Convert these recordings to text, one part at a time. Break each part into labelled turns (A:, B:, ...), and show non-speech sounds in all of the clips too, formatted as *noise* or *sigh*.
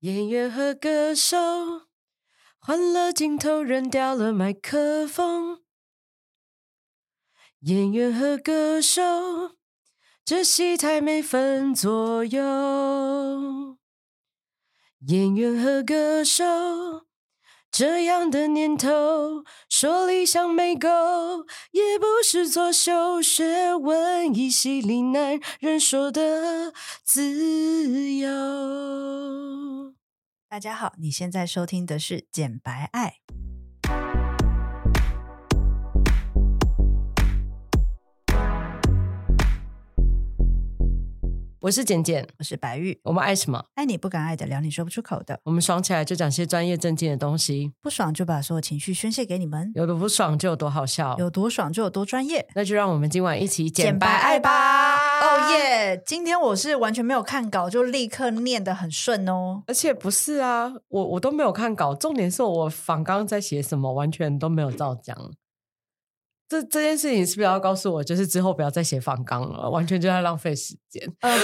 A: 演员和歌手换了镜头，扔掉了麦克风。演员和歌手，这戏台没分左右。演员和歌手，这样的年头，说理想没够，也不是作秀，学问以犀利男人说的自由。
B: 大家好，你现在收听的是《简白爱》。
A: 我是简简，
B: 我是白玉，
A: 我们爱什么？
B: 爱你不敢爱的，聊你说不出口的，
A: 我们爽起来就讲些专业正经的东西，
B: 不爽就把所有情绪宣泄给你们，
A: 有多不爽就有多好笑。
B: 有多爽就有多专业。
A: 那就让我们今晚一起
B: 简
A: 简
B: 白
A: 白爱
B: 爱吧！
A: 吧！
B: 哦！耶！今天我是完全没有看稿，就立刻念得很顺哦。
A: 而且不是啊，我我都没有看稿，重点是我仿刚刚在写什么，完全都没有照讲。这这件事情是不是要告诉我，就是之后不要再写仿纲了，完全就在浪费时间。
B: 呃，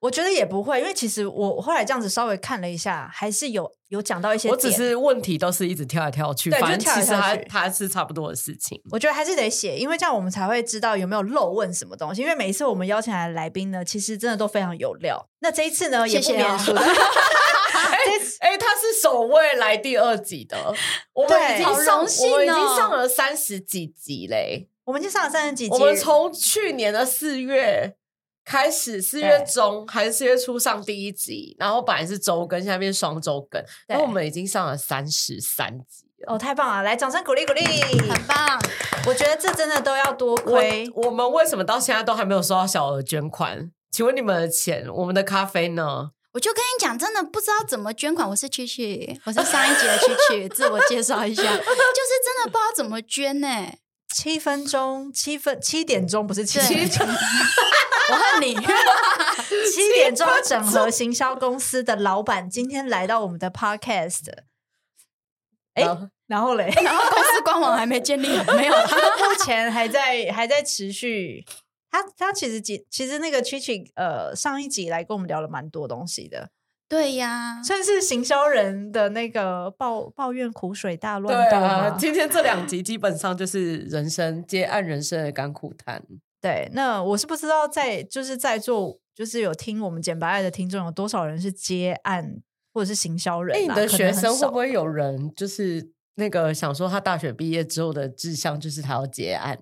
B: 我觉得也不会，因为其实我后来这样子稍微看了一下，还是有有讲到一些
A: 我
B: 点。
A: 只是问题都是一直跳来跳去，
B: 对就
A: 反正
B: 跳来
A: 其实
B: 跳
A: 它
B: 去
A: 它是差不多的事情。
B: 我觉得还是得写，因为这样我们才会知道有没有漏问什么东西。因为每一次我们邀请来的来宾呢，其实真的都非常有料。那这一次呢，也不
A: 谢谢
B: 免
A: 哦
B: 俗
A: *laughs*
B: 的，这次
A: 哎、他是首位来第二集的，我们
B: 对
A: 已经上，
C: 好荣幸哦
A: 我们已经上了三十几集嘞。
B: 我们已经上了三十几集，
A: 我们从去年的四月开始，四月中还是四月初上第一集，然后本来是周更，现在变双周更，然后我们已经上了三十三集了。
B: 哦太棒了，来掌声鼓励鼓励。
C: 很棒，
B: 我觉得这真的都要多亏
A: 我我们为什么到现在都还没有收到小额捐款？请问你们的钱，我们的咖啡呢？
C: 我就跟你讲，真的不知道怎么捐款。我是曲曲，我是 *laughs* 上一集的曲曲，自我介绍一下，就是真的不知道怎么捐呢、
B: *laughs*
C: *laughs*
B: 七分钟，七分七点钟不是七
C: 对
B: 点钟，
C: *laughs* 我恨你，
B: *laughs* 七点钟整合行销公司的老板今天来到我们的 podcast，哎
A: 然后，
B: 然后嘞，
C: 然后公司官网还没建立， *laughs* 没有 *laughs* 啦。
B: 目 *laughs* 前还在还在持续。他他其实几其实那个曲曲呃上一集来跟我们聊了蛮多东西的，
C: 对呀，
B: 算是行销人的那个抱抱怨苦水大
A: 对
B: 乱斗
A: 啊
B: 吗，？
A: 今天这两集基本上就是人生接案人生的甘苦谈。
B: 对，那我是不知道在就是在座就是有听我们简白爱的听众有多少人是接案或者是行销人、
A: 哎、
B: 啊？
A: 你的
B: 可能
A: 学
B: 很
A: 生会
B: 少
A: 不会有人就是那个想说他大学毕业之后的志向就是他要结案？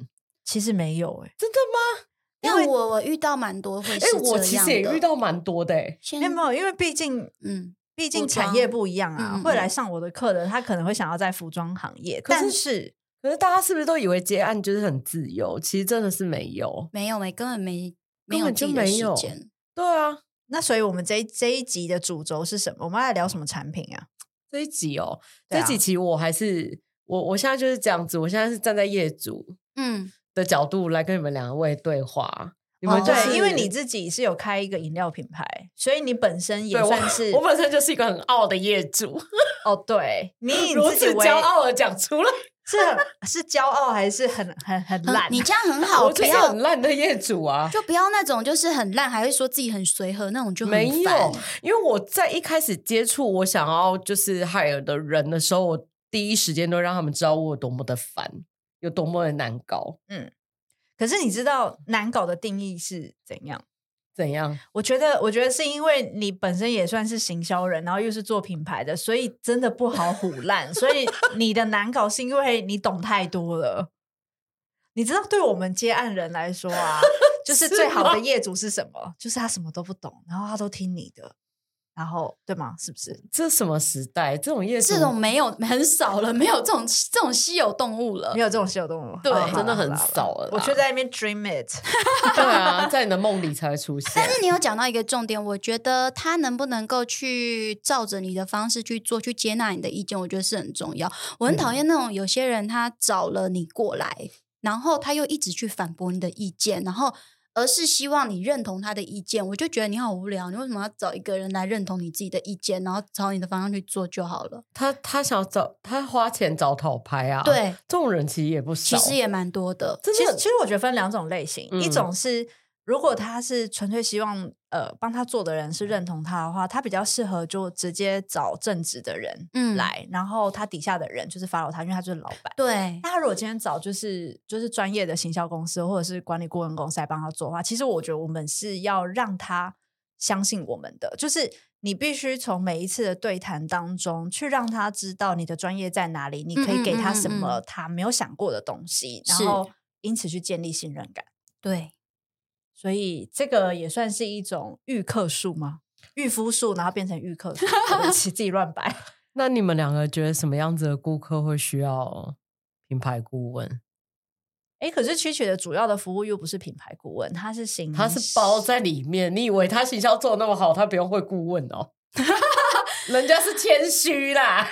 B: 其实没有哎、
A: 真的吗？
C: 因为我我遇到蛮多会是
A: 哎、
C: 这样的。
A: 我其实也遇到蛮多的、欸，
C: 先，
B: 没有没有，因为毕竟
C: 嗯，
B: 毕竟
C: 服
B: 产
C: 装
B: 业不一样啊，
C: 嗯嗯
B: 会来
C: 嗯
B: 上我的课的，他可能会想要在服装行业，
A: 可是
B: 但是
A: 可是大家是不是都以为结案就是很自由？其实真的是没有。
C: 没有没根本没没
A: 根
C: 有
A: 本就
C: 自己的
A: 没有
C: 时间。
A: 对啊，
B: 那所以我们这一这一集的主轴是什么？我们要来聊什么产品啊？
A: 这一集哦，
B: 对
A: 这
B: 啊
A: 几集我还是我我现在就是这样子，我现在是站在业主
C: 嗯，
A: 的角度来跟你们两位对话。你们
C: 哦
A: 就是、
B: 对，因为你自己是有开一个饮料品牌，所以你本身也
A: 对我
B: 算是
A: 我本身就是一个很傲的业主，
B: 哦，对你以
A: 如
B: 你自
A: 此
B: 己为
A: 骄傲的讲出来，
B: 是
A: *laughs*
B: 很是骄傲还是很很很
A: 嗯
B: 啊
C: 很
B: 懒？
C: 你这样很好，
A: 啊我
C: 不
A: 就是
C: 要
A: 很烂的业主啊。
C: 就不要那种就是很烂，还会说自己很随和那种就很
A: 没
C: 烦
A: 有，因为我在一开始接触我想要就是 hire 的人的时候，我第一时间都让他们知道我有多么的烦，有多么的难搞，
B: 可是你知道难搞的定义是怎样？
A: 怎样？
B: 我觉得，我觉得是因为你本身也算是行销人，然后又是做品牌的，所以真的不好唬烂。所以你的难搞是因为你懂太多了。你知道，对我们接案人来说啊，
A: *laughs*
B: 就是
A: 是
B: 最好
A: 吗
B: 的业主是什么？就是他什么都不懂，然后他都听你的，然后对吗？是不是？
A: 这什么时代？这种业主
C: 这种没有很少了，没有这种这种稀有动物了
B: 没。有这种小动物，
C: 对
B: 好啦
A: 真的很
B: 好啦好啦
A: 少了啦
B: 我就在那边 dream it。
A: 对啊，在你的梦里才会出现
C: *laughs* 但。是你有讲到一个重点，我觉得他能不能够去照着你的方式去做，去接纳你的意见，我觉得是很重要。我很讨厌那种有些人他找了你过来，然后他又一直去反驳你的意见，然后而是希望你认同他的意见，我就觉得你好无聊，你为什么要找一个人来认同你自己的意见，然后朝你的方向去做就好了？
A: 他他想要找他花钱找讨牌啊，，
C: 对，
A: 这种人其实也不少，
C: 其实也蛮多的。
A: 真
B: 其
A: 的
B: 实，其实我觉得分两种类型，
A: 嗯
B: 一种是如果他是纯粹希望呃帮他做的人是认同他的话，他比较适合就直接找正职的人
C: 嗯
B: 来，然后他底下的人就是 follow 他，因为他就是老板。
C: 对，
B: 那他如果今天找就是就是专业的行销公司或者是管理顾问公司来帮他做的话，其实我觉得我们是要让他相信我们的，就是你必须从每一次的对谈当中去让他知道你的专业在哪里，你可以给他什
C: 嗯嗯嗯
B: 么他没有想过的东西，然
C: 是
B: 后因此去建立信任感。
C: 对，
B: 所以这个也算是一种预克术吗？预夫术，然后变成预克
C: *laughs*
B: 术，对不起自己乱摆。
A: *laughs* 那你们两个觉得什么样子的顾客会需要品牌顾问？
B: 哎，可是蛐蛐的主要的服务又不是品牌顾问，它是行，
A: 他是
C: 嗯
A: 包在里面，你以为他行销做的那么好，他不用会顾问哦？
C: *laughs*
A: 人家是谦虚啦，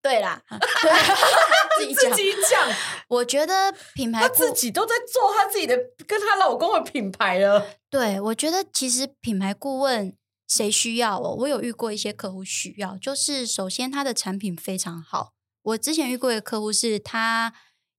C: 对啦，对 *laughs* 自己
A: 自
C: 讲。
A: 己讲，
C: 我觉得品牌
A: 他
C: 顾
A: 自己都在做他自己的，跟她老公的品牌了。
C: 对，我觉得其实品牌顾问谁需要哦？我有遇过一些客户需要，就是首先他的产品非常好。我之前遇过一个客户是他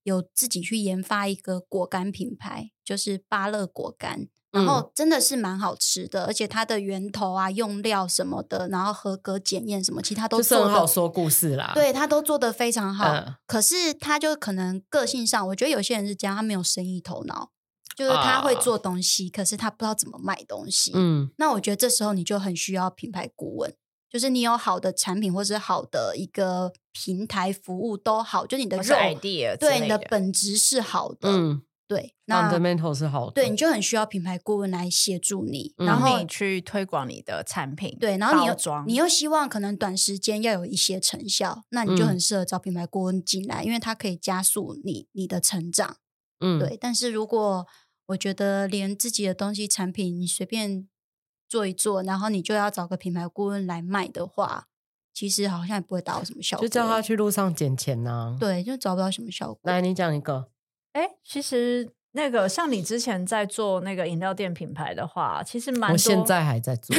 C: 有自己去研发一个果干品牌，就是芭乐果干，嗯
A: 嗯
C: 然后真的是蛮好吃的，而且它的源头啊、用料什么的，然后合格检验什么，其他都
A: 就是
C: 做
A: 很好
C: 的
A: 说故事啦。
C: 对他都做得非常好，
A: 啊嗯
C: 可是他就可能个性上，我觉得有些人是这样，他没有生意头脑，就是他会
A: 啊
C: 做东西，可是他不知道怎么卖东西。
A: 嗯，
C: 那我觉得这时候你就很需要品牌顾问，就是你有好的产品或者是好的一个平台服务都好，就你的
B: 或
C: 肉
B: 是 idea 之
C: 对你
B: 类
C: 的
B: 的
C: 本质是好的，
A: 嗯
C: 对，那
A: ，fundamental 是好的，
C: 对你就很需要品牌顾问来协助你，
A: 嗯
C: 然
B: 然
C: 后
B: 后你去推广你的产品，
C: 对，然后你
B: 包
C: 又
B: 装，
C: 你又希望可能短时间要有一些成效，那你就
A: 嗯
C: 很适合找品牌顾问进来，因为它可以加速你你的成长。
A: 嗯，
C: 对，但是如果我觉得连自己的东西产品你随便做一做，然后你就要找个品牌顾问来卖的话，其实好像也不会达到什么效果。
A: 就叫他去路上捡钱呐、
C: 对，就找不到什么效果。
A: 来，你讲一个，
B: 哎，其实那个像你之前在做那个饮料店品牌的话，其实蛮
A: 我
B: 多
A: 现在还在
C: *laughs*
A: 做，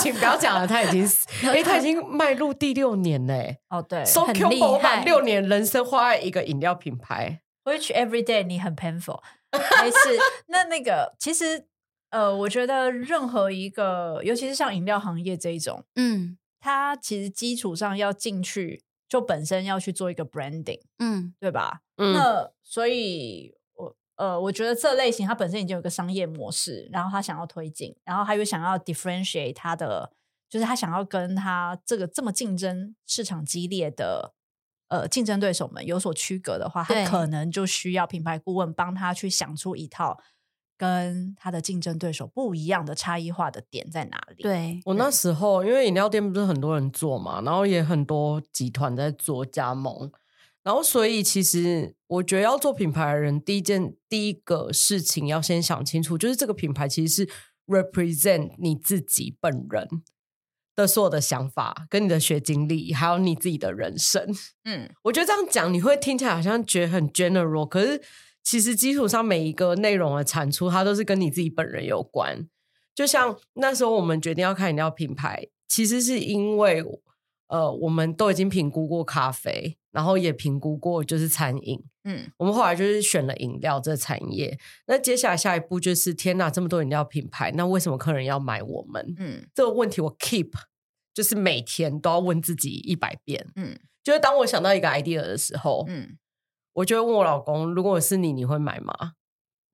A: 请不要讲了，他已经死，因为他已经迈入第六年欸嘞、
B: 哦对
A: s o
C: 很
A: Q
C: 厉
A: 宝
C: 害
A: 版六年人生花在一个饮料品牌，
B: ，which every day 你很 painful，没事。那那个其实呃，我觉得任何一个，尤其是像饮料行业这一种，
C: 嗯
B: 它其实基础上要进去，就本身要去做一个 branding，
C: 嗯，
B: 对吧？
A: 嗯
B: 那所以我呃，我觉得这类型它本身已经有个商业模式，然后他想要推进，然后他又想要 differentiate 他的，就是他想要跟他这个这么竞争市场激烈的。呃，竞争对手们有所区隔的话，他
C: 对
B: 可能就需要品牌顾问帮他去想出一套跟他的竞争对手不一样的差异化的点在哪里。，
C: 对，
A: 我那时候因为饮料店不是很多人做嘛，然后也很多集团在做加盟，然后所以其实我觉得要做品牌的人，第一件第一个事情要先想清楚，就是这个品牌其实是 represent 你自己本人的所有的想法、跟你的学经历，还有你自己的人生。
B: 嗯，
A: 我觉得这样讲你会听起来好像觉得很 general，可是其实基础上每一个内容的产出，它都是跟你自己本人有关。就像那时候我们决定要开饮料品牌，其实是因为呃，我们都已经评估过咖啡，然后也评估过就是餐饮，
B: 嗯，
A: 我们后来就是选了饮料这产业。那接下来下一步就是，天哪，这么多饮料品牌，那为什么客人要买我们？
B: 嗯，
A: 这个问题我 keep 就是每天都要问自己一百遍。
B: 嗯，
A: 就是当我想到一个 idea 的时候，
B: 嗯，
A: 我就会问我老公，如果我是你，你会买吗？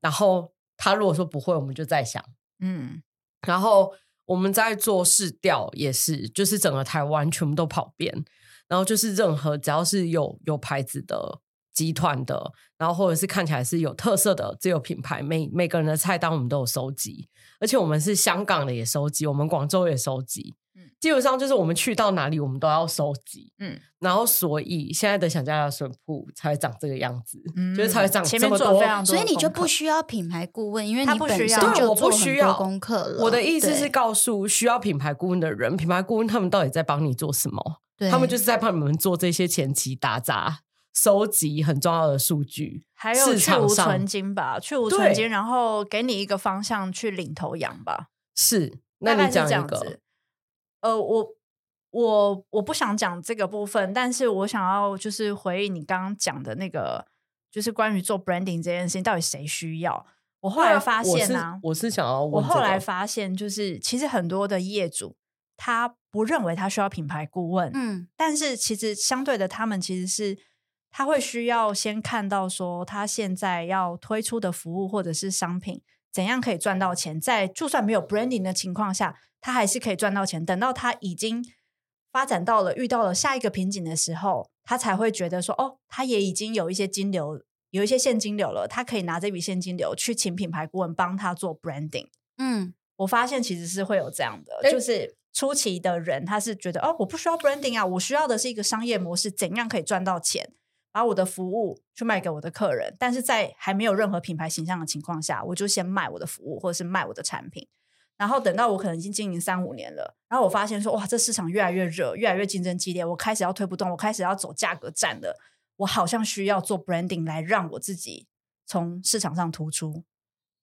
A: 然后他如果说不会，我们就再想。
B: 嗯，
A: 然后我们在做市调也是，就是整个台湾全部都跑遍，然后就是任何只要是有有牌子的。集团的，然后或者是看起来是有特色的自有品牌，每每个人的菜单我们都有收集，而且我们是香港的也收集，我们广州也收集，
B: 嗯
A: 基本上就是我们去到哪里我们都要收集，
B: 嗯，
A: 然后所以现在的想家的笋铺才会长这个样子，
B: 嗯
A: 就是才会长
B: 前
A: 这
B: 面
A: 么
B: 做
A: 多
B: 非常多
C: 所以你就不
B: 需
C: 需要品牌顾问，因为
B: 他
C: 你
B: 不
C: 本
B: 需
C: 身
B: 要
A: 对，
C: 就
A: 我
C: 做
A: 不
C: 很
A: 需
C: 多
A: 要
C: 功课了。
A: 我的意思
C: 对
A: 是，告诉需要品牌顾问的人，品牌顾问他们到底在帮你做什么？
C: 对
A: 他们就是在帮你们做这些前期打杂、收集很重要的数据，
B: 还有
A: 市
B: 去
A: 场
B: 无
A: 上
B: 存金吧，去无
A: 对
B: 存金，然后给你一个方向去领头羊吧。
A: 是。那
B: 大概
A: 你
B: 是
A: 讲
B: 这
A: 一
B: 样
A: 个
B: 子，。呃，我我我不想讲这个部分，但是我想要就是回应你刚刚讲的那个，就是关于做 branding 这件事情，到底谁需要？我后来发现啊，
A: 我是我是想要
B: 我
A: 问、这个，
B: 后来发现就是，其实很多的业主他不认为他需要品牌顾问，
C: 嗯
B: 但是其实相对的，他们其实是他会需要先看到说他现在要推出的服务或者是商品怎样可以赚到钱，在就算没有 branding 的情况下，他还是可以赚到钱。等到他已经发展到了遇到了下一个瓶颈的时候，他才会觉得说哦，他也已经有一些金流。有一些现金流了，他可以拿这笔现金流去请品牌顾问帮他做 branding。
C: 嗯，
B: 我发现其实是会有这样的，
A: 哎
B: 就是初期的人他是觉得哦，我不需要 branding 啊，我需要的是一个商业模式，怎样可以赚到钱，把我的服务去卖给我的客人。但是在还没有任何品牌形象的情况下，我就先卖我的服务或者是卖我的产品。然后等到我可能已经经营三五年了，然后我发现说哇，这市场越来越热，越来越竞争激烈，我开始要推不动，我开始要走价格战了。我好像需要做 branding 来让我自己从市场上突出，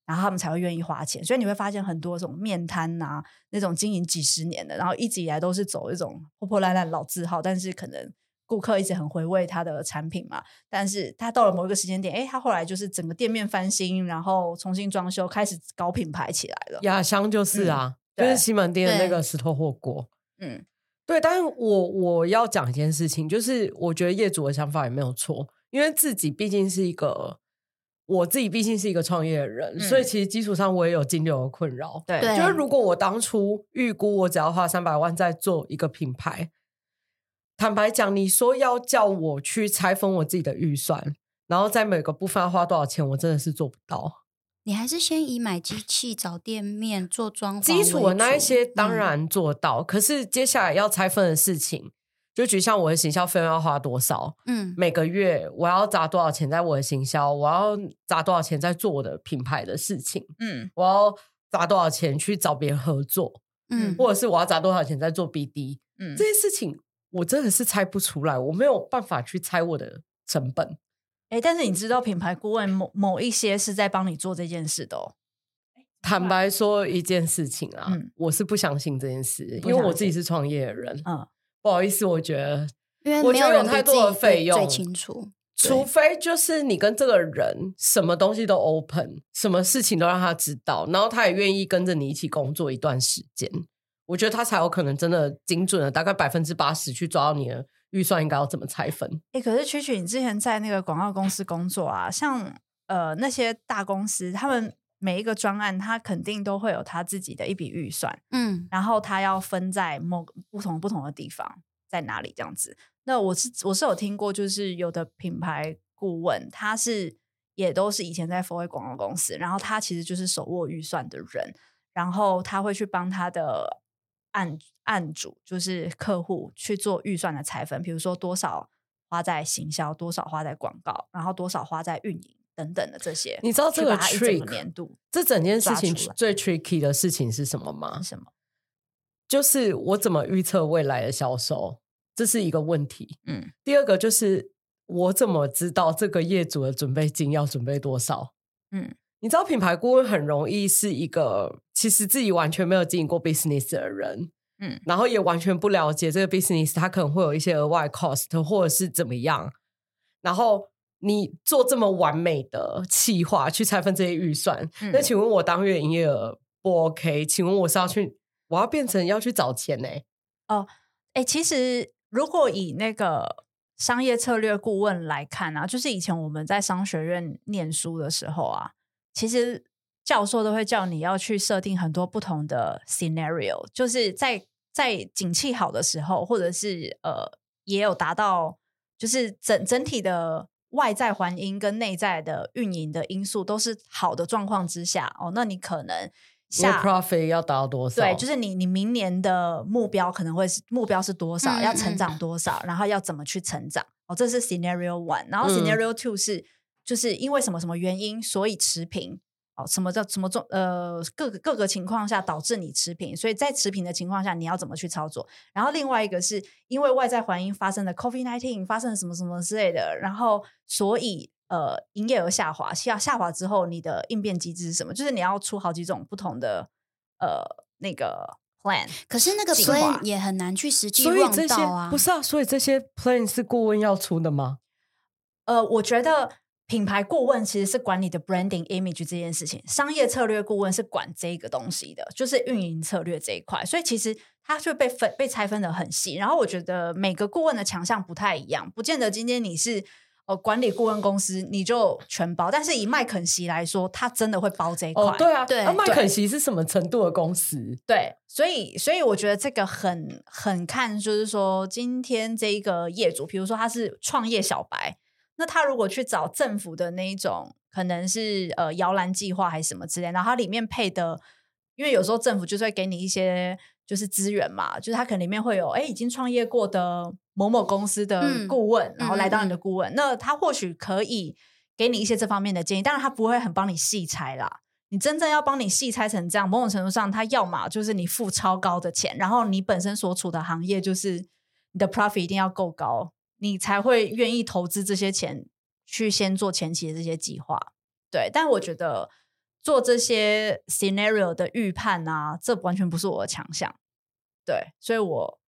B: 然后他们才会愿意花钱。所以你会发现很多这种面摊呐、那种经营几十年的，然后一直以来都是走一种破破烂烂老字号，但是可能顾客一直很回味他的产品嘛。但是他到了某一个时间点，哎，他后来就是整个店面翻新，然后重新装修，开始搞品牌起来了。
A: 雅香就是啊，
B: 嗯
A: 就是
B: 对
A: 西门町的那
C: 对
A: 个石头火锅。
B: 嗯
A: 对，但是我我要讲一件事情，就是我觉得业主的想法也没有错，因为自己毕竟是一个，我自己毕竟是一个创业人，
B: 嗯
A: 所以其实基础上我也有金流的困扰。
B: 对
C: 对
A: 就是如果我当初预估我只要花三百万在做一个品牌，坦白讲，你说要叫我去拆分我自己的预算，然后在每个部分要花多少钱，我真的是做不到。
C: 你还是先以买机器、找店面、做装潢
A: 基础的
C: 为
A: 那一
C: 主
A: 些当
C: 嗯
A: 然做到，可是接下来要拆分的事情，就举像我的行销费用要花多少，
C: 嗯
A: 每个月我要砸多少钱在我的行销，我要砸多少钱在做我的品牌的事情，
B: 嗯
A: 我要砸多少钱去找别人合作，
C: 嗯
A: 或者是我要砸多少钱在做 BD，
B: 嗯
A: 这些事情我真的是猜不出来，我没有办法去猜我的成本。
B: 哎，但是你知道品牌顾问某某一些是在帮你做这件事的哦。
A: 坦白说一件事情啊，
B: 嗯
A: 我是不相信这件事，
B: 不
A: 因为
B: 相
A: 我自己
B: 信
A: 是创业人，
B: 嗯，
A: 不好意思，我觉得。
C: 因
A: 我
C: 为没
A: 觉得有
C: 人比
A: 太
C: 自
A: 多的
C: 己
A: 费
C: 最
A: 用
C: 最清楚，
A: 除非就是你跟这个人什么东西都 open，什么事情都让他知道，然后他也愿意跟着你一起工作一段时间，我觉得他才有可能真的精准的大概百分之八十去抓到你的预算应该要怎么拆分。
B: 哎、可是蛐蛐，你之前在那个广告公司工作啊，像呃那些大公司，他们每一个专案，他肯定都会有他自己的一笔预算，
C: 嗯
B: 然后他要分在某个不同不同的地方，在哪里这样子。那我是我是有听过，就是有的品牌顾问，他是也都是以前在 f o 广告公司，然后他其实就是手握预算的人，然后他会去帮他的案案主，就是客户去做预算的拆分，比如说多少花在行销，多少花在广告，然后多少花在运营等等的这些。
A: 你知道这
B: 去
A: 个
B: 把它一整个
A: trick
B: 年度
A: 这整件事情
B: 抓出来
A: 最 tricky 的事情是什么吗
B: 是？什么？
A: 就是我怎么预测未来的销售，这是一个问题。
B: 嗯，
A: 第二个就是我怎么知道这个业主的准备金要准备多少？
B: 嗯，
A: 你知道品牌顾问很容易是一个其实自己完全没有经营过 business 的人，
B: 嗯，
A: 然后也完全不了解这个 business，他可能会有一些额外 cost 或者是怎么样，然后。你做这么完美的企划去拆分这些预算，
B: 嗯
A: 那请问我当月营业额不 OK？请问我是要去，我要变成要去找钱呢、
B: 哎、其实如果以那个商业策略顾问来看啊，就是以前我们在商学院念书的时候啊，其实教授都会叫你要去设定很多不同的 scenario，就是在在景气好的时候，或者是呃也有达到就是整整体的外在环因跟内在的运营的因素都是好的状况之下哦，那你可能
A: 我的
B: 下
A: profit 要达到多少？
B: 对，就是你你明年的目标可能会是目标是多少，
C: 嗯
B: 要
C: 嗯
B: 成长多少，然后要怎么去成长。哦，这是 scenario one，然后
A: 嗯
B: scenario two 是、就是因为什么什么原因，所以持平。哦，什么叫什么重呃各个各个情况下导致你持平，所以在持平的情况下，你要怎么去操作？然后另外一个是因为外在环境发生的 COVID nineteen 发生了什么什么之类的，然后所以呃营业额下滑，下下滑之后你的应变机制是什么？就是你要出好几种不同的呃那个 plan，
C: 可是那个
B: 计划
C: plan 也很难去实际
A: 所以
C: 望
A: 这些
C: 到啊，
A: 不是啊，所以这些 plan 是顾问要出的吗？
B: 呃，我觉得品牌顾问其实是管你的 branding image 这件事情，商业策略顾问是管这个东西的，就是运营策略这一块。所以其实它就被分被拆分的很细。然后我觉得每个顾问的强项不太一样，不见得今天你是呃管理顾问公司你就全包，但是以麦肯锡来说，他真的会包这一块。
A: 哦，对啊，
C: 对
A: 那麦
B: 对
A: 肯锡是什么程度的公司？
B: 对，所以所以我觉得这个很很看，就是说今天这一个业主，比如说他是创业小白，那他如果去找政府的那一种，可能是呃摇篮计划还是什么之类，然后它里面配的，因为有时候政府就是会给你一些就是资源嘛，就是它可能里面会有哎已经创业过的某某公司的
C: 嗯
B: 顾问，然后来当你
C: 嗯
B: 的顾问，那他或许可以给你一些这方面的建议，当然他不会很帮你细拆啦，你真正要帮你细拆成这样，某种程度上，它要么就是你付超高的钱，然后你本身所处的行业就是你的 profit 一定要够高，你才会愿意投资这些钱去先做前期的这些计划。对，但我觉得做这些 scenario 的预判啊，这完全不是我的强项。对，所以我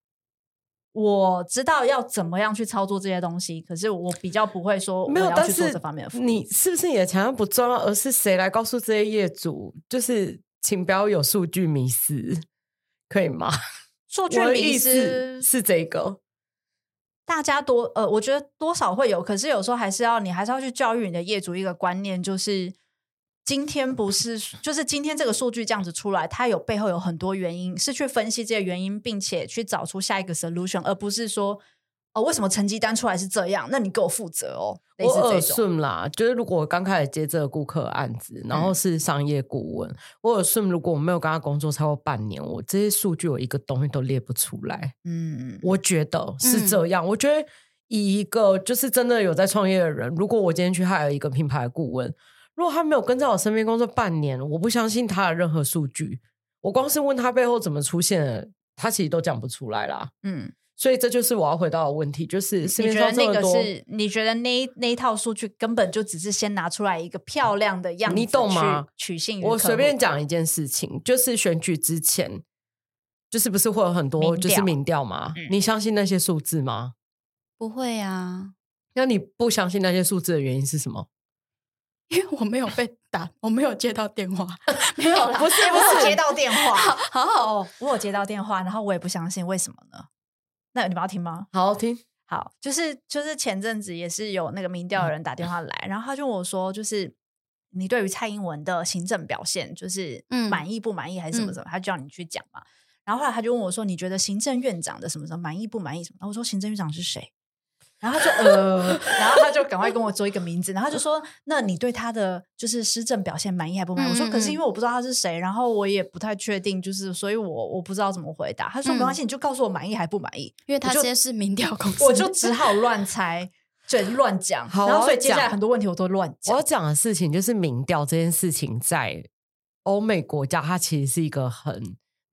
B: 我知道要怎么样去操作这些东西，可是我比较不会说
A: 没有
B: 我，要
A: 但
B: 去做
A: 是
B: 这方面的服务
A: 你是不是你的强项不重要，而是谁来告诉这些业主？就是请不要有数据迷失， *laughs* 可以吗？
B: 数据
A: 我的
B: 迷
A: 意
B: 失
A: 思是这个，
B: 大家多呃，我觉得多少会有，可是有时候还是要你还是要去教育你的业主一个观念，就是今天不是就是今天这个数据这样子出来，它有背后有很多原因，是去分析这些原因，并且去找出下一个 solution，而不是说哦为什么成绩单出来是这样，那你给我负责哦，类
A: 我
B: 似
A: 耳
B: 这种。
A: 顺啦，就是如果我刚开始接这个顾客案子，然
B: 嗯
A: 后是商业顾问，我耳顺，如果我没有跟他工作超过半年，我这些数据我一个东西都列不出来。
B: 嗯，
A: 我觉得是这样，我觉得。以一个就是真的有在创业的人，如果我今天去害了一个品牌顾问，如果他没有跟在我身边工作半年，我不相信他的任何数据。我光是问他背后怎么出现的，他其实都讲不出来啦。
B: 嗯，
A: 所以这就是我要回到的问题，就是市
B: 你
A: 面
B: 觉得
A: 上这
B: 那
A: 么
B: 个
A: 多，
B: 是？你觉得那一那一套数据根本就只是先拿出来一个漂亮的样子，
A: 你懂吗？
B: 取信于
A: 我
B: 客
A: 随
B: 户
A: 便讲一件事情，就是选举之前，就是不是会有很多
B: 民
A: 就
B: 调
A: 是民调吗？
B: 嗯
A: 你相信那些数字吗？
C: 不会啊，
A: 那你不相信那些数字的原因是什么？
C: 因为我没有被打，我没有接到电话，没有啦，
A: 不是
B: 哎
A: 不
B: *laughs* 我有
A: 是
B: 接到电话，
C: *laughs* 好好哦，
B: 我有接到电话，然后我也不相信，为什么呢？那你们要听吗？
A: 好听，
B: 好，就是就是前阵子也是有那个民
C: 嗯
B: 调的人打电话来，然后他就问我说，就是你对于蔡英文的行政表现，就是
C: 嗯
B: 满意不满意还是什么什么，他就叫你去讲嘛。然后后来他就问我说，你觉得行政院长的什么什么满意不满意什么？然后我说行政院长是谁？然后他就呃，然后他就赶快跟我做一个名字，然后他就说：“那你对他的就是施政表现满意还不满意？”我说：“
C: 嗯嗯
B: 可是因
C: 嗯
B: 为我不知道他是谁，然后我也不太确定，就是所以我我不知道怎么回答。”他说：“没
C: 嗯
B: 关系，你就告诉我满意还不满意。”
C: 因为他
B: 我就
C: 现在是民调公司，
B: 我就只好乱猜，对，乱讲。
A: 好
B: 然后所
A: 我
B: 以
A: 要
B: 接下来
A: 讲
B: 很多问题我都乱
A: 我
B: 讲
A: 要。讲的事情就是民调这件事情，在欧美国家，它其实是一个很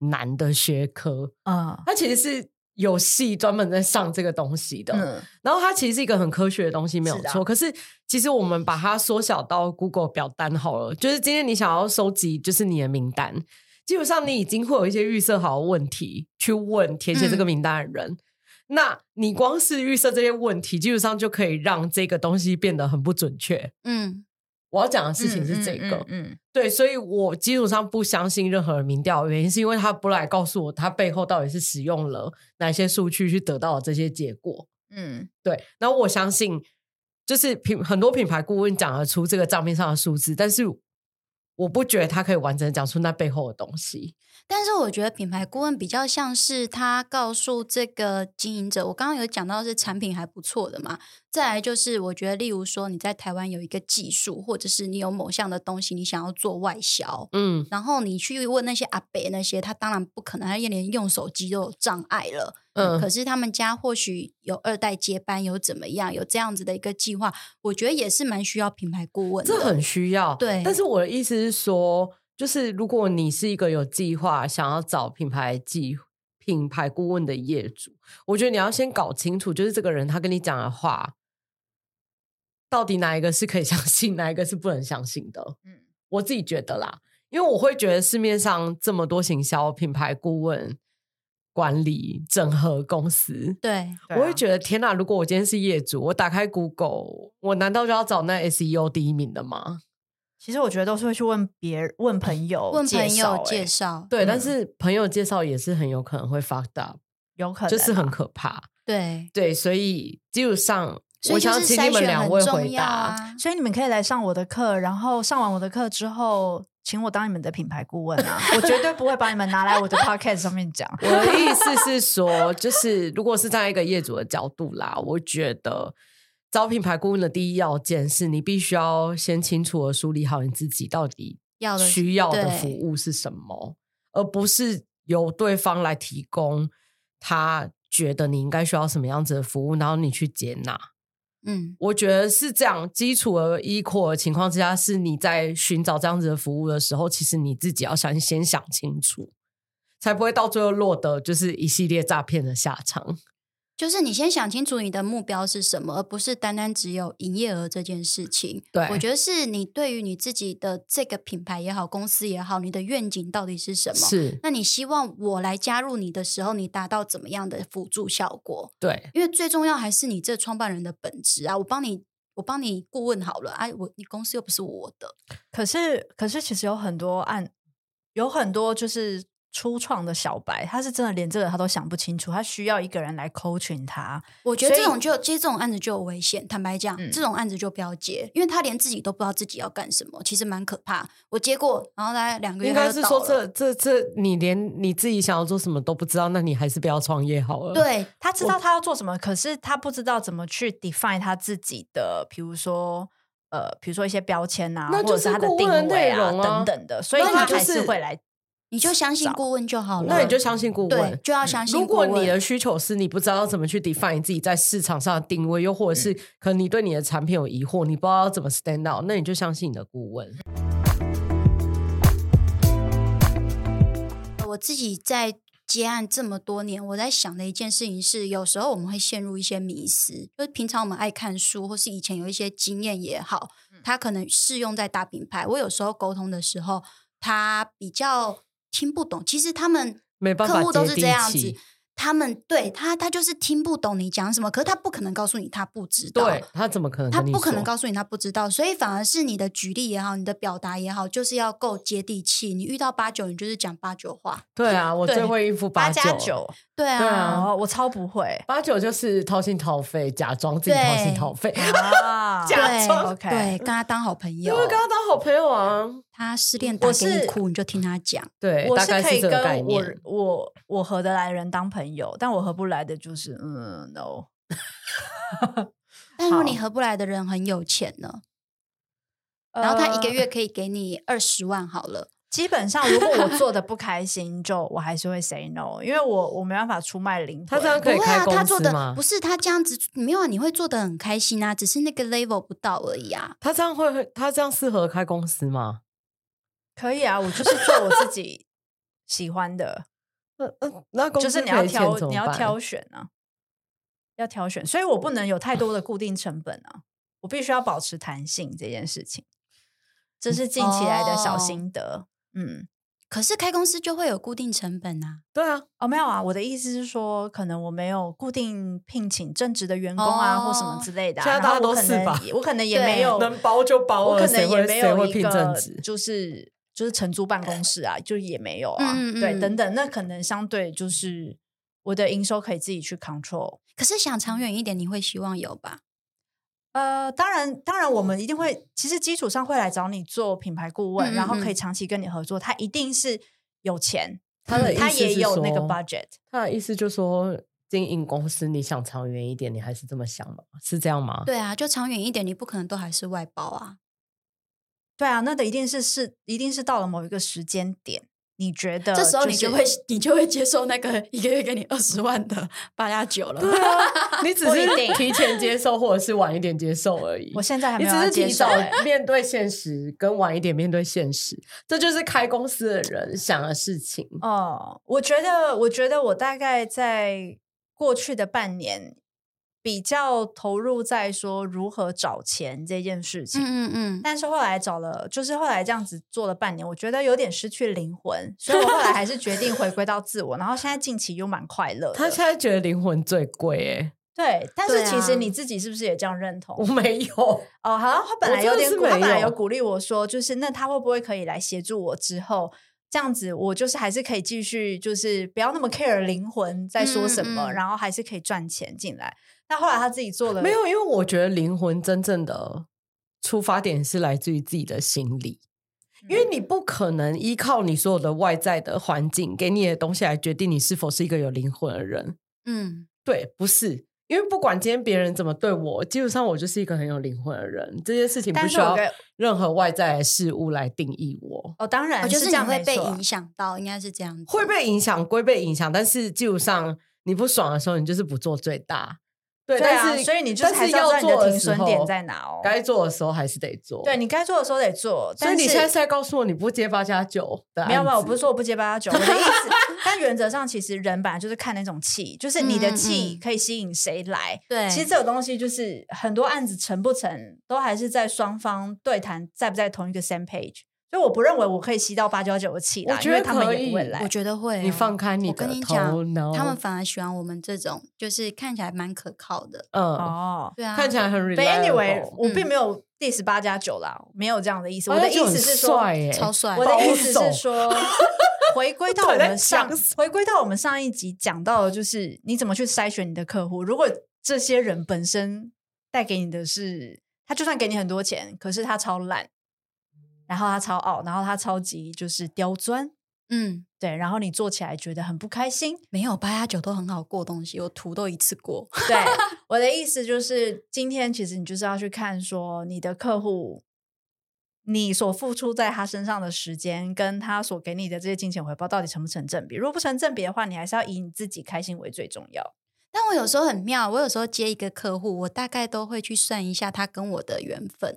A: 难的学科，
B: 嗯
A: 它其实是有系专门在上这个东西的。
B: 嗯
A: 然后它其实是一个很科学的东西，没有
B: 是的啊
A: 错。可是其实我们把它缩小到 Google 表单好了，就是今天你想要收集就是你的名单，基本上你已经会有一些预设好的问题去问填写这个名单
B: 嗯
A: 的人。那你光是预设这些问题，基本上就可以让这个东西变得很不准确。
C: 嗯
A: 我要讲的事情是这个，
B: 嗯，
A: 对，所以我基础上不相信任何的民调，原因是因为他不来告诉我他背后到底是使用了哪些数据去得到这些结果。
B: 嗯
A: 对，然后我相信，就是品很多品牌顾问讲得出这个账面上的数字，但是我不觉得他可以完整地讲出那背后的东西。
C: 但是我觉得品牌顾问比较像是他告诉这个经营者，我刚刚有讲到是产品还不错的嘛，再来就是我觉得，例如说你在台湾有一个技术，或者是你有某项的东西，你想要做外销。
A: 嗯，
C: 然后你去问那些阿伯那些，他当然不可能，他连用手机都有障碍了。
A: 嗯
C: 可是他们家或许有二代接班，有怎么样，有这样子的一个计划，我觉得也是蛮需要品牌顾问的。
A: 这很需要。
C: 对
A: 但是我的意思是说，就是如果你是一个有计划想要找品牌计品牌顾问的业主，我觉得你要先搞清楚，就是这个人他跟你讲的话，到底哪一个是可以相信，哪一个是不能相信的。
B: 嗯
A: 我自己觉得啦，因为我会觉得市面上这么多行销品牌顾问、管理整合公司。
C: 对，
B: 对
A: 我
B: 啊
A: 会觉得天哪！如果我今天是业主，我打开 Google，我难道就要找那 SEO 第一名的吗？
B: 其实我觉得都是会去问别人、问朋友、
C: 问朋友
B: 绍
C: 介
B: 欸，
C: 绍，
A: 对，
B: 嗯
A: 但是朋友介绍也是很有可能会 fucked up，
B: 有可能
A: 就是很
B: 啊
A: 可怕。
C: 对，
A: 对，所以基本上，
C: 所
A: 我
C: 以就
A: 想
C: 是
A: 请你
C: 筛
A: 们
C: 选
A: 两
C: 很
A: 位
C: 重
A: 回
C: 要
A: 答。
C: 啊。
B: 所以你们可以来上我的课，然后上完我的课之后，请我当你们的品牌顾问啊！我绝对不会把你们拿来我的 podcast 上面讲。
A: 我的意思是说，就是如果是站在一个业主的角度啦，我觉得招品牌顾问的第一要件是你必须要先清楚的梳理好你自己到底
C: 要的
A: 需要的
C: 对
A: 服务是什么，而不是由对方来提供他觉得你应该需要什么样子的服务，然后你去接纳。
C: 嗯，
A: 我觉得是这样，基础而依扩的情况之下，是你在寻找这样子的服务的时候，其实你自己要想先想清楚，才不会到最后落得就是一系列诈骗的下场。
C: 就是你先想清楚你的目标是什么，而不是单单只有营业额这件事情。
A: 对
C: 我觉得是你对于你自己的这个品牌也好，公司也好，你的愿景到底是什么？
A: 是，
C: 那你希望我来加入你的时候，你达到怎么样的辅助效果？
A: 对，
C: 因为最重要还是你这创办人的本质啊！我帮你，我帮你顾问好了，哎、我你公司又不是我的，
B: 可是，可是其实有很多案，有很多就是初创的小白，他是真的连这个他都想不清楚，他需要一个人来 coaching 他。
C: 我觉得
B: 所以
C: 这种就其实这种案子就有危险。坦白讲，
B: 嗯
C: 这种案子就不要接，因为他连自己都不知道自己要干什么，其实蛮可怕。我接过，然后大概两个月
A: 应
C: 他
A: 该
C: 就是倒
A: 说
C: 了
A: 这这这，你连你自己想要做什么都不知道，那你还是不要创业好了。，
C: 对
B: 他知道他要做什么，可是他不知道怎么去 define 他自己的，比如说。呃，比如说一些标签啊，
A: 那
B: 或
A: 就
B: 者
A: 是
B: 是他的
A: 顾
B: 定
A: 问的
B: 位
A: 内
B: 啊
A: 容啊
B: 等等的，所以
A: 那你
B: 他
A: 就
B: 还是
A: 是
B: 会来。
C: 你就相信顾问就好了。
A: 那你就相信顾
C: 对
A: 问，。嗯
C: 就要相信
A: 如
C: 顾
A: 果
C: 问。
A: 你的需求是你不知道要怎么去 define 你自己在市场上的定位，又或者
C: 嗯
A: 是可能你对你的产品有疑惑，你不知道要怎么 stand out，那你就相信你的顾问。
C: 我自己在接案这么多年，我在想的一件事情是，有时候我们会陷入一些迷思，就是平常我们爱看书，或是以前有一些经验也好，
A: 嗯
C: 它可能适用在大品牌。我有时候沟通的时候，他比较听不懂，其实他们
A: 没办法
C: 客户都
A: 接
C: 是
A: 地
C: 这样
A: 气
C: 子。他们对他，他就是听不懂你讲什么，可是他不可能告诉你他不知道，
A: 对他怎么可能
C: 他
A: 跟你说？
C: 不可能告诉你他不知道，所以反而是你的举例也好，你的表达也好，就是要够接地气。你遇到八九，你就是讲八九话，
A: 对啊，我最
B: 对
A: 会应付
B: 八
A: 九
B: 加。九，
C: 对啊，
A: 对啊
B: 哦，我超不会
A: 八九就是掏心掏肺，假装自己掏心掏肺，
B: 啊
A: *laughs* 假
C: 对
A: 装
B: ，OK
C: 对，跟他当好
A: *laughs*
C: 朋
A: 因
C: 友
A: 为。跟他当好朋友啊。
C: 他失恋打
B: 我
C: 给你
B: 是
C: 哭，你就听他讲。
A: 对，
B: 我
A: 大概
B: 可以
A: 这个概
B: 跟我
A: 念。
B: 我我合得来的人当朋友，但我合不来的就是嗯 no。
C: 但如果
B: 好
C: 你合不来的人很有钱呢，然后他一个
B: 呃
C: 月可以给你二十万好了，
B: 基本上，如果我做的不开心，就我还是会 say no，因为我我没办法出卖灵魂。
A: *laughs* 他这样可以
C: 不会
A: 开
C: 啊，
A: 公
C: 他做
A: 司
C: 的
A: 吗
C: 不？是他这样子，没有啊，你会做的很开心啊，只是那个 level 不到而已啊。
A: 他这样会，他这样适合开公司吗？
B: 可以啊，我就是做我自己喜欢的，
A: 那那那公司
B: 就是你要
A: 赔钱
B: 挑
A: 怎么
B: 你要
A: 办
B: 挑选啊，要挑选，所以我不能有太多的固定成本啊，我必须要保持弹性这件事情，这是近期来的小
C: 哦
B: 心得。嗯，
C: 可是开公司就会有固定成本啊，
A: 对啊，
B: 哦，没有啊，我的意思是说，可能我没有固定聘请正职的员工啊，或什么
C: 哦
B: 之类的、啊。
A: 现在
B: 然后
A: 大家都
B: 我可
A: 是
B: 能
A: 吧
B: 也我可
A: *laughs*
B: 能也没
C: 对
B: 有，
A: 能包就包
B: 我
A: 了
B: 可
A: 谁
B: 能也
A: 会
B: 没
A: 谁
B: 有
A: 会
B: 一
A: 聘
B: 个
A: 正职
B: 就是就是承租办公室啊，就也没有啊，
C: 嗯嗯
B: 对，
C: 嗯
B: 等等，那可能相对就是我的营收可以自己去 control。
C: 可是想
A: 嗯
C: 长远一点，你会希望有吧？
B: 呃，当然，当然，我们一定会，其实基础上会来找你做品牌顾问，
C: 嗯嗯
B: 然后可
C: 嗯
B: 以长期跟你合作。他一定是有钱，
A: 他的意
B: 他
A: 思
B: 也
A: 是
B: 有那个
A: 说
B: budget。
A: 他的意思就是说，经营公司你想长远一点，你还是这么想吗？是这样吗？
C: 对啊，就长远一点，你不可能都还是外包啊。
B: 对啊，那的一定是是一定是到了某一个时间点，你觉得
A: 啊
C: 这时候你
B: 就
C: 就是会你就会接受那个 *laughs* 一个月给你二十万的 *laughs* 八加九了。
A: 对啊，你只
B: 不一
A: 是
B: 定
A: 提前接受或者是晚一点接受而已。
B: 我现在还没
A: 你
B: 有
A: 只
B: 要
A: 是
B: 接
A: 提
B: 受
A: 早
B: 欸、
A: 面对现实，跟晚一点面对现实，这就是开公司的人想的事情。
B: 呃哦，我觉得，我觉得我大概在过去的半年比较投入在说如何找钱这件事情。
C: 嗯嗯
B: 但是后来找了，就是后来这样子做了半年，我觉得有点失去灵魂，所以我后来还是决定回归到自我。然后现在近期又蛮快乐的，
A: 他现在觉得灵魂最贵哎，
B: 对，但
C: 对
B: 是
C: 啊
B: 其实你自己是不是也这样认同？
A: 我没有，
B: 哦，好像他本来有点
A: 我真的是
B: 鼓，他
A: 没
B: 本来
A: 有
B: 有鼓励我说，就是那他会不会可以来协助我之后？这样子，我就是还是可以继续，就是不要那么 care 灵魂在说什么，
C: 嗯嗯嗯
B: 然后还是可以赚钱进来。那后来他自己做了，
A: 没有，因为我觉得灵魂真正的出发点是来自于自己的心理。因为
B: 嗯
A: 你不可能依靠你所有的外在的环境给你的东西来决定你是否是一个有灵魂的人。
C: 嗯
A: 对，不是，因为不管今天别人怎么对我，基本上我就是一个很有灵魂的人。这件事情不
B: 但是
A: 需要
B: 我觉得
A: 任何外在的事物来定义我。
B: 哦，当然、
C: 嗯，我就是
B: 这
C: 你
B: 样
C: 会
B: 没
C: 被
B: 错
A: 啊
C: 影响到，应该是这样子。
A: 会被影响归被影响，但是基本上你不爽的时候，你就是不做最大。对，
B: 对啊
A: 但是
B: 所以你就是还
A: 但
B: 是
A: 是
B: 要
A: 要
B: 知道你的
A: 做的
B: 停
A: 时
B: 损
A: 候
B: 点在哪哦
A: 该做的时候还是得做。
B: 对，你该做的时候得做，
A: 所以
B: 但
A: 你
B: 是
A: 现在是在告诉我你不接八加九的案
B: 没有没有，我
A: 子
B: 不是说我不接八加九，我的意思。但原则上，其实人本来就是看那种气，就是你的
C: 嗯
B: 气
C: 嗯嗯
B: 可以吸引谁来。
C: 对，
B: 其实这个东西就是很多案子成不成，都还是在双方对谈在不在同一个 same page。所以我不认为我可以吸到八九九的气啦，
A: 我觉
B: 因为
A: 得
B: 他们
A: 可
B: 也不会
A: 以
B: 来
C: 我。觉得会哦、
A: 你放开你
C: 我跟
A: 的
C: 你
A: 头
C: 讲，
A: 脑，
C: 他们反而喜欢我们这种，就是看起来蛮可靠的。
A: 嗯，
B: 哦，
C: 对啊，
A: 看起来很哦
B: but anyway，
A: reliable。嗯
B: 我并没有 diss 八加九啦，没有这样的意思。
A: 八
B: 我的
A: 加
B: 意
A: 九
B: 思
A: 哎很
B: 是说，
A: 帅耶
C: 超帅，
B: 我的意思
A: 保守
B: 是
A: *laughs*
B: 说，回归到
A: 我
B: 我
A: 到底在
B: 们上
A: 想什，
B: 回归到我们上一集讲到的，就是你怎么去筛选你的客户。如果这些人本身带给你的是，他就算给你很多钱，可是他超懒，然后他超傲，然后他超级就是刁钻，
C: 嗯，
B: 对，然后你做起来觉得很不开心。
C: 没有八加九都很好过东西，我图都一次过。
B: *laughs* 对，我的意思就是，今天其实你就是要去看说你的客户，你所付出在他身上的时间，跟他所给你的这些金钱回报到底成不成正比。如果不成正比的话，你还是要以你自己开心为最重要。
C: 但我有时候很妙，我有时候接一个客户，我大概都会去算一下他跟我的缘分，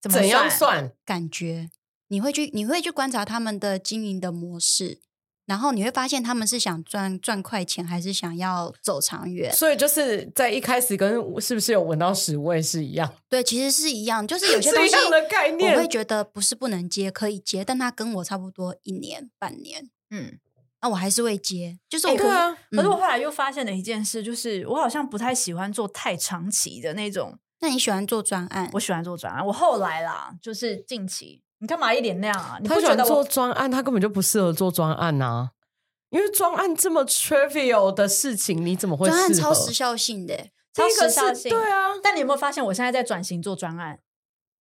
B: 怎么
A: 怎样
B: 算？
A: 算？
C: 感觉你会去，你会去观察他们的经营的模式，然后你会发现他们是想赚赚快钱，还是想要走长远。
A: 所以就是在一开始跟是不是有闻到屎味是一样，
C: 对，其实是一样，就
A: *laughs*
C: 是有些
A: 是
C: 东
A: 一
C: 西
A: 样的概
C: 我会
A: 念。
C: 觉得不是不能接，可以接，但他跟我差不多一年半年，
B: 嗯，
C: 那我还是会接，就是
B: 哎
C: 我
B: 可
C: 不
A: 对
B: 是
C: 会、
A: 啊，
B: 可是我后来又发现了一件事，就是我好像不太喜欢做太长期的那种。
C: 那你喜欢做专案？
B: 我喜欢做转案，我后来啦，就是近期。你干嘛一脸那样啊？你
A: 他
B: 不
A: 喜
B: 觉
A: 欢
B: 得
A: 做
B: 我
A: 专案，他根本就不适合做专案啊。因为专案这么 trivial 的事情，你怎么会
C: 专案
A: 适
C: 超
A: 合？
C: 时效性的欸、
A: 第一
B: 超
A: 个
B: 时效
A: 是
B: 性？
A: 对啊，
B: 但你有没有发现，我现在在转型做专案？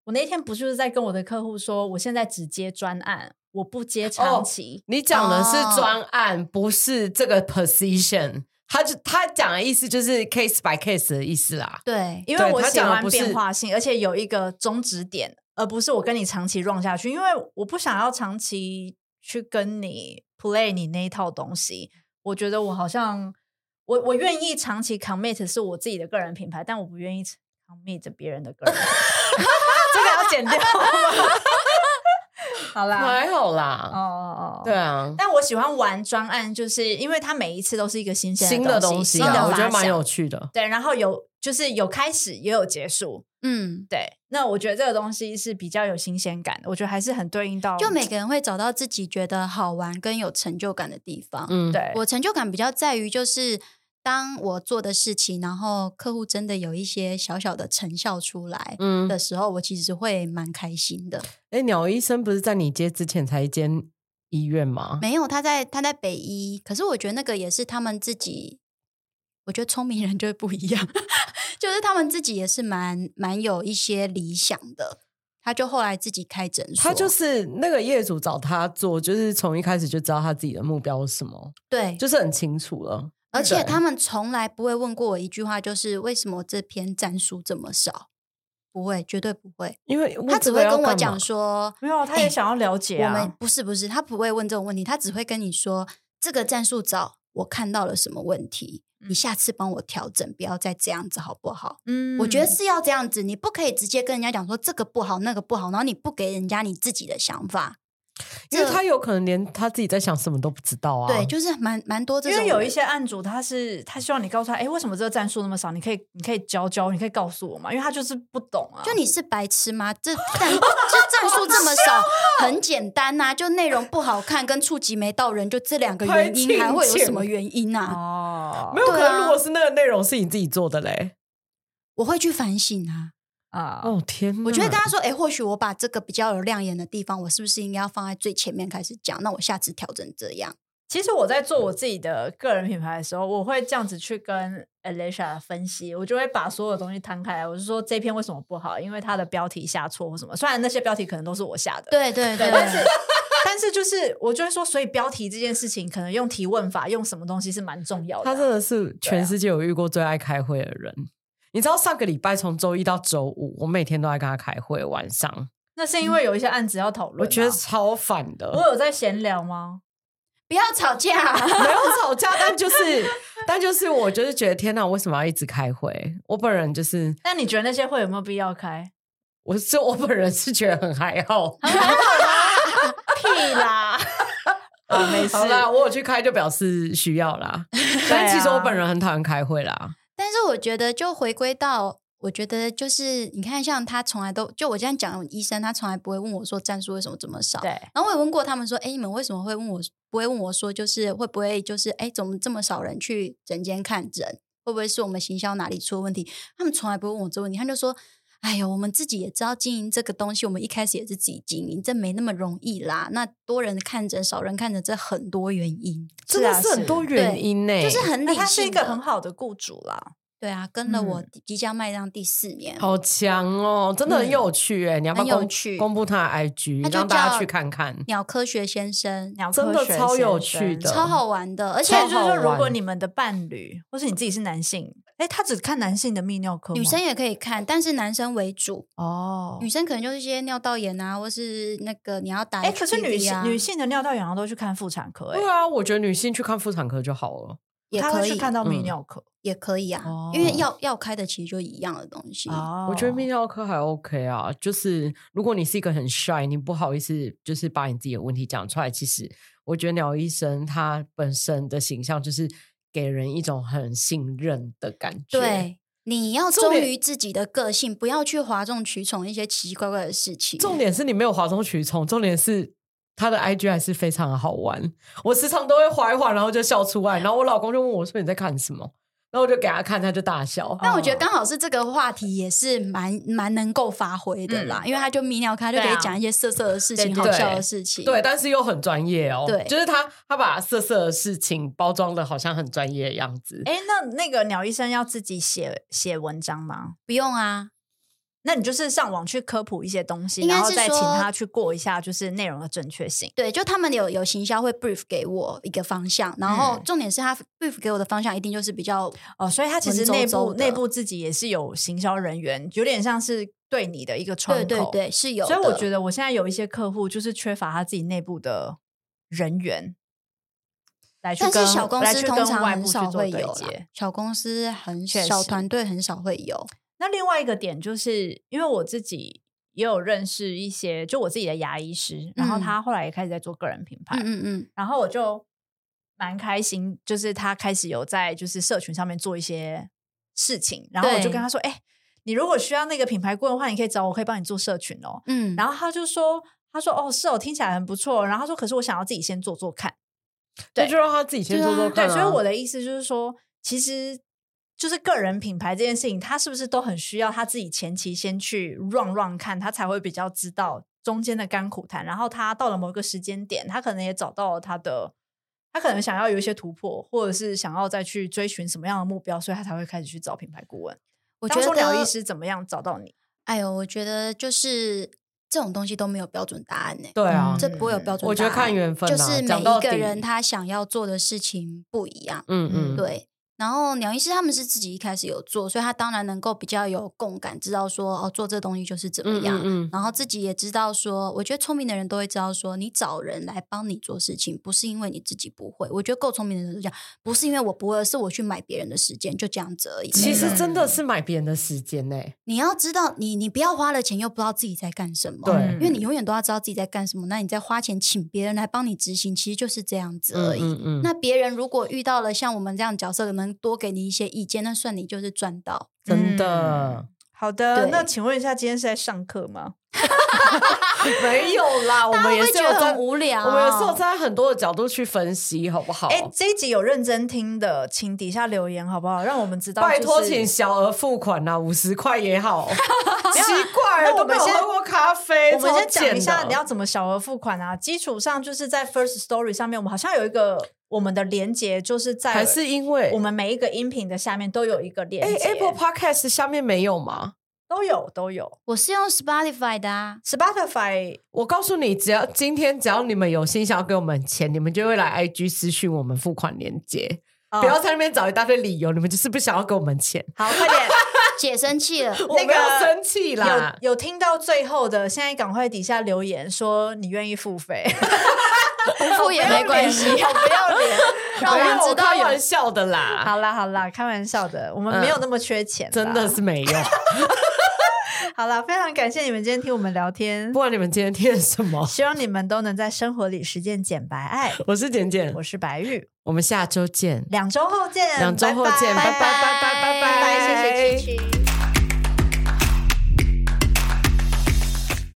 B: 我那一天不就是在跟我的客户说，我现在只接专案，我不接
A: 哦
B: 长期。
A: 你讲的是
C: 哦
A: 专案，不是这个 position。他就他讲的意思就是 case by case 的意思啦。
C: 对，
B: 因为我
A: 他
B: 喜
A: 讲的
B: 欢
A: 不是
B: 变化性，而且有一个终止点，而不是我跟你长期 run 下去，因为我不想要长期去跟你 play 你那一套东西。我觉得我好像我我愿意长期 commit 是我自己的个人品牌，但我不愿意 commit 别人的个人品牌 *laughs* 这个要剪掉吗 *laughs*
A: *laughs*
B: 好啦，
A: 还好
B: 哦
A: 啦，
B: 哦哦，
A: 对啊，
B: 但我喜欢玩专案，就是因为它每一次都是一个新鲜
A: 新的
B: 东
A: 东西
B: 新的
A: 啊，
B: 发
A: 我觉得蛮
B: 想
A: 有趣的。
B: 对，然后有就是有开始也有结束，
C: 嗯，
B: 对。那我觉得这个东西是比较有新鲜感的，我觉得还是很对应到
C: 就每个人会找到自己觉得好玩跟有成就感的地方。
A: 嗯，
B: 对
C: 我成就感比较在于就是。当我做的事情，然后客户真的有一些小小的成效出来
A: 嗯
C: 的。时候，我其实会蛮开心的。
A: 哎，鸟医生不是在你接之前才一间医院吗？
C: 没有，他在他在北医，可是我觉得那个也是他们自己，我觉得聪明人就会不一样， *laughs* 就是他们自己也是蛮蛮有一些理想的。他就后来自己开诊所，
A: 他就是那个业主找他做，就是从一开始就知道他自己的目标是什么，
C: 对，
A: 就是很清楚了。
C: 而且
A: 对
C: 他们从来不会问过我一句话，就是为什么这篇战书这么少？不会，绝对不会。
A: 因为
C: 他只会跟我讲
A: 说，
C: 说，
B: 没有，他也想要了解
C: 我
B: 啊。
C: 们不是不是，他不会问这种问题，他只会跟你说这个战术早我看到了什么问题，你
B: 嗯
C: 下次帮我调整，不要再这样子好不好？
B: 嗯
C: 我觉得是要这样子，你不可以直接跟人家讲说这个不好那个不好，然后你不给人家你自己的想法，
A: 因为他有可能连他自己在想什么都不知道啊。
C: 对，就是蛮蛮多这
B: 哦因
C: 种人，
B: 为有一些案主他是他希望你告诉他，哎，为什么这个战术那么少？你可以你可以教教，你可以告诉我嘛，因为他就是不懂啊。
C: 就你是白痴吗？这战 *laughs* 这战术这么 *laughs* 少，很简单呐、就内容不好看跟触及没到人，就这两个原因，
A: 很
C: 还会有
A: 亲切
C: 什么原因 *laughs* 啊？
B: 哦，
A: 没有可
C: 对啊
A: 能，如果是那个内容是你自己做的嘞。
C: 我会去反省啊。
B: 啊，
A: 哦天哪，
C: 我就会跟他说，哎、或许我把这个比较有亮眼的地方，我是不是应该要放在最前面开始讲？那我下次调整这样。
B: 其实我在做我自己的个人品牌的时候，我会这样子去跟 Alicia 分析，我就会把所有东西摊开来，我就说这篇为什么不好，因为它的标题下错或什么。虽然那些标题可能都是我下的，
C: 对对对，
B: 但是 *laughs* 但是就是我就会说，所以标题这件事情，可能用提问法，用什么东西是蛮重要的
A: 他
B: 啊、
A: 真的是全世界我遇过最爱开会的人。你知道上个礼拜从周一到周五，我每天都在跟他开会，晚上
B: 那是因为有一些案子要讨论啊、
A: 我觉得超烦的。 *laughs*
B: 我有在闲聊吗？
C: 不要吵架。 *laughs*
A: 没有吵架，但就是但就是我就是觉得天哪，为什么要一直开会？我本人就是
B: 那你觉得那些会有没有必要开？
A: 我是我本人是觉得很还 *laughs* 好。
B: 屁啦！啊，没事
A: 好啦，我有去开就表示需要 *laughs* 啦，但其实
B: 啊
A: 我本人很讨厌开会啦。
C: 但是我觉得，就回归到，我觉得就是你看，像他从来都就我这样讲，医生他从来不会问我说战术为什么这么少。
B: 对，
C: 然后我也问过他们说，哎，你们为什么会问我？不会问我说，就是会不会就是哎，怎么这么少人去人间看诊？会不会是我们行销哪里出了问题？他们从来不会问我这个问题，他就说。哎呦，我们自己也知道经营这个东西，我们一开始也是自己经营，这没那么容易啦。那多人看诊、少人看诊，这很多原因，
A: 真的是很多原因呢、
C: 就是很理
B: 那
C: 性的。
B: 他是一个很好的雇主啦。
C: 对啊，跟了我
B: 嗯
C: 即将迈向第四年，
A: 好强哦，真的很有趣哎、你要不
C: 嗯很
A: 要
C: 有
A: 公
C: 趣
A: 公布他的 IG，
C: 他就
A: 让大家
C: 叫
A: 去看看？
C: 鸟科学先生，
B: 鸟
A: 真的超有趣的
C: 超好玩的，而且
B: 所以就是
A: 超好
B: 说，
A: 玩
B: 如果你们的伴侣或是你自己是男性，哎，他只看男性的泌尿科吗，
C: 女生也可以看，但是男生为主，
B: 哦
C: 女。生可能就是一些尿道炎啊，或是那个你要打 HPV 啊，
B: 哎，可是女性女性的尿道炎好像都去看妇产科，哎
A: 对，啊，我觉得女性去看妇产科就好了。
C: 也
B: 她
C: 可
B: 会去
C: 以，
B: 看到泌
A: 嗯
B: 尿科。
C: 也可以啊，
B: 哦
C: 因为药药开的其实就一样的东西。
B: 哦
A: *laughs* 我觉得泌尿科还 OK 啊，就是如果你是一个很 shy，你不好意思，就是把你自己的问题讲出来，其实我觉得鸟医生他本身的形象就是给人一种很信任的感觉。，
C: 对，你要
A: 重
C: 忠
A: 点
C: 于自己的个性，不要去哗众取宠一些奇奇怪怪的事情。
A: 重点是你没有哗众取宠，重点是。他的 IG 还是非常的好玩，我时常都会划一划，然后就笑出来，然后我老公就问我说你在看什么，然后我就给他看，他就大笑。
C: 但我
B: 哦
C: 觉得刚好是这个话题也是蛮蛮能够发挥的啦，因为他就泌尿科，他就可
B: 嗯对
C: 以
B: 啊
C: 讲一些色色的事
B: 对
C: 情、好
A: 对
C: 笑的事情。
A: 对，但是又很专业哦。
C: 对
A: 就是他他把色色的事情包装的好像很专业的样子。
B: 哎，那那个鸟医生要自己写写文章吗？
C: 不用啊，
B: 那你就是上网去科普一些东西，
C: 应该
B: 然后
C: 是
B: 再请
C: 说
B: 他去过一下，就是内容的准确性。
C: 对，就他们有有行销会 brief 给我一个方向，然后
B: 嗯
C: 重点是他 brief 给我的方向一定就是比较
B: 哦，所以他其
C: 文
B: 实
C: 绉
B: 内
C: 绉
B: 部
C: 的
B: 内部自己也是有行销人员，有点像是对你的一个窗
C: 对
B: 口。
C: 对对是有的，
B: 所以我觉得我现在有一些客户就是缺乏他自己内部的人员来去
C: 但
B: 跟，
C: 是小公
B: 来
C: 司
B: 去
C: 通
B: 跟
C: 常
B: 外部
C: 很
B: 去
C: 少
B: 做
C: 会
B: 对
C: 有啦
B: 接。，
C: 小公司很
B: 确
C: 小
B: 实
C: 团队很少会有，
B: 那另外一个点就是，因为我自己也有认识一些，就我自己的牙医师，然后
C: 嗯
B: 他后来也开始在做个人品牌，
C: 嗯嗯嗯，
B: 然后我就蛮开心，就是他开始有在就是社群上面做一些事情，然后我就
C: 对
B: 跟他说：“哎、你如果需要那个品牌顾问的话，你可以找我，我可以帮你做社群哦。”
C: 嗯，
B: 然
C: 后
B: 后他就说：“他说哦，是哦，听起来很不错。”然后他说：“可是我想要自己先做做看。对
A: 那就让他自己先做做
B: 对，
A: 看、啊
B: 所以我的意思就是说，其实就是个人品牌这件事情，他是不是都很需要他自己前期先去 run run 看，他才会比较知道中间的甘苦谈。然后他到了某一个时间点，他可能也找到了他的。他可能想要有一些突破，或者是想要再去追寻什么样的目标，所以他才会开始去找品牌顾问。
C: 我觉
B: 当初
C: 得
B: 廖医师怎么样找到你？
C: 哎呦，我觉得就是这种东西都没有标准答案呢、
A: 对啊
B: 嗯，
C: 这不会有标准答案，
A: 我觉得看缘分啊
C: 就是每
A: 讲到
C: 一
A: 底
C: 个人他想要做的事情不一样，
A: 嗯嗯，
C: 对。然后鸟医师他们是自己一开始有做，所以他当然能够比较有共感，知道说哦做这东西就是怎么样。
A: 嗯
C: 然后自己也知道说，我觉得聪明的人都会知道说，你找人来帮你做事情，不是因为你自己不会。我觉得够聪明的人都这样，不是因为我不会，而是我去买别人的时间，就这样子而已。
A: 其
C: 没
A: 实
C: 有
A: 真的是买别人的时间欸呢、
C: 你要知道，你你不要花了钱又不知道自己在干什么，
A: 对
B: 嗯
A: 嗯
C: 因为你永远都要知道自己在干什么，那你再花钱请别人来帮你执行，其实就是这样子而已。
A: 嗯嗯嗯，
C: 那别人如果遇到了像我们这样的角色，能多给你一些意见，那算你就是赚到。
A: 真的 *laughs*
B: 嗯、好的，
C: 对
B: 那请问一下，今天是在上课吗？没有啦，我
C: 大家
B: 们
C: 会
B: 也
C: 不会
B: 是
C: 觉
B: 有
C: 得
B: 在
C: 很。无聊？
A: 我们有时候在很多的角度去分析，好不好？
B: 哎、这一集有认真听的，请底下留言好不好？让我们知道、
A: 拜托，
B: 就是
A: 请小额付款呐、啊，五十块也好。奇
B: 那
A: 怪，
B: 我
A: 都
B: 们
A: 没有
B: 先
A: 喝过咖啡。
B: 我们先
A: 超
B: 讲一
A: 贱
B: 下
A: 的
B: 你要怎么小额付款啊。基础上就是在 First Story 上面，我们好像有一个我们的连接，就是在
A: 还是因为
B: 我们每一个音频的下面都有一个连
A: 哎
B: 接、
A: ，Apple Podcast 下面没有吗？
B: 都有都有。
C: 我是用 Spotify 的啊，
B: Spotify
A: 我告诉你，只要今天只要你们有心想要给我们钱，你们就会来 IG 私讯我们付款链接，
B: 呃
A: 不要在那边找一大堆理由，你们就是不想要给我们钱。
B: 好，快点！
C: 姐生气了，
A: *laughs* 我没有
B: 那个
A: 生气啦，
B: 有有听到最后的，现在赶快底下留言说你愿意
A: *laughs*
B: 付费，
C: 不付也没
B: *laughs*
C: 关系，
B: 好不要脸。
C: 让我
A: 没
C: 们
A: 有
C: 知道
A: 开
C: 有
A: 玩笑的啦，
B: 好啦好啦，开玩笑的，我们没有那么缺钱啦，
A: 嗯真的是没有。
B: 好啦，非常感谢你们今天听我们聊天
A: 不，管你们今天听了什么，
B: 希望你们都能在生活里实践简白爱。
A: 我是简简
B: 我，是白玉，
A: 我们下周见，
B: 两周后见，
A: 两周后见，
B: 拜
A: 拜拜拜拜
B: 拜
C: 拜
A: 拜，
B: 谢谢
C: 琪琪。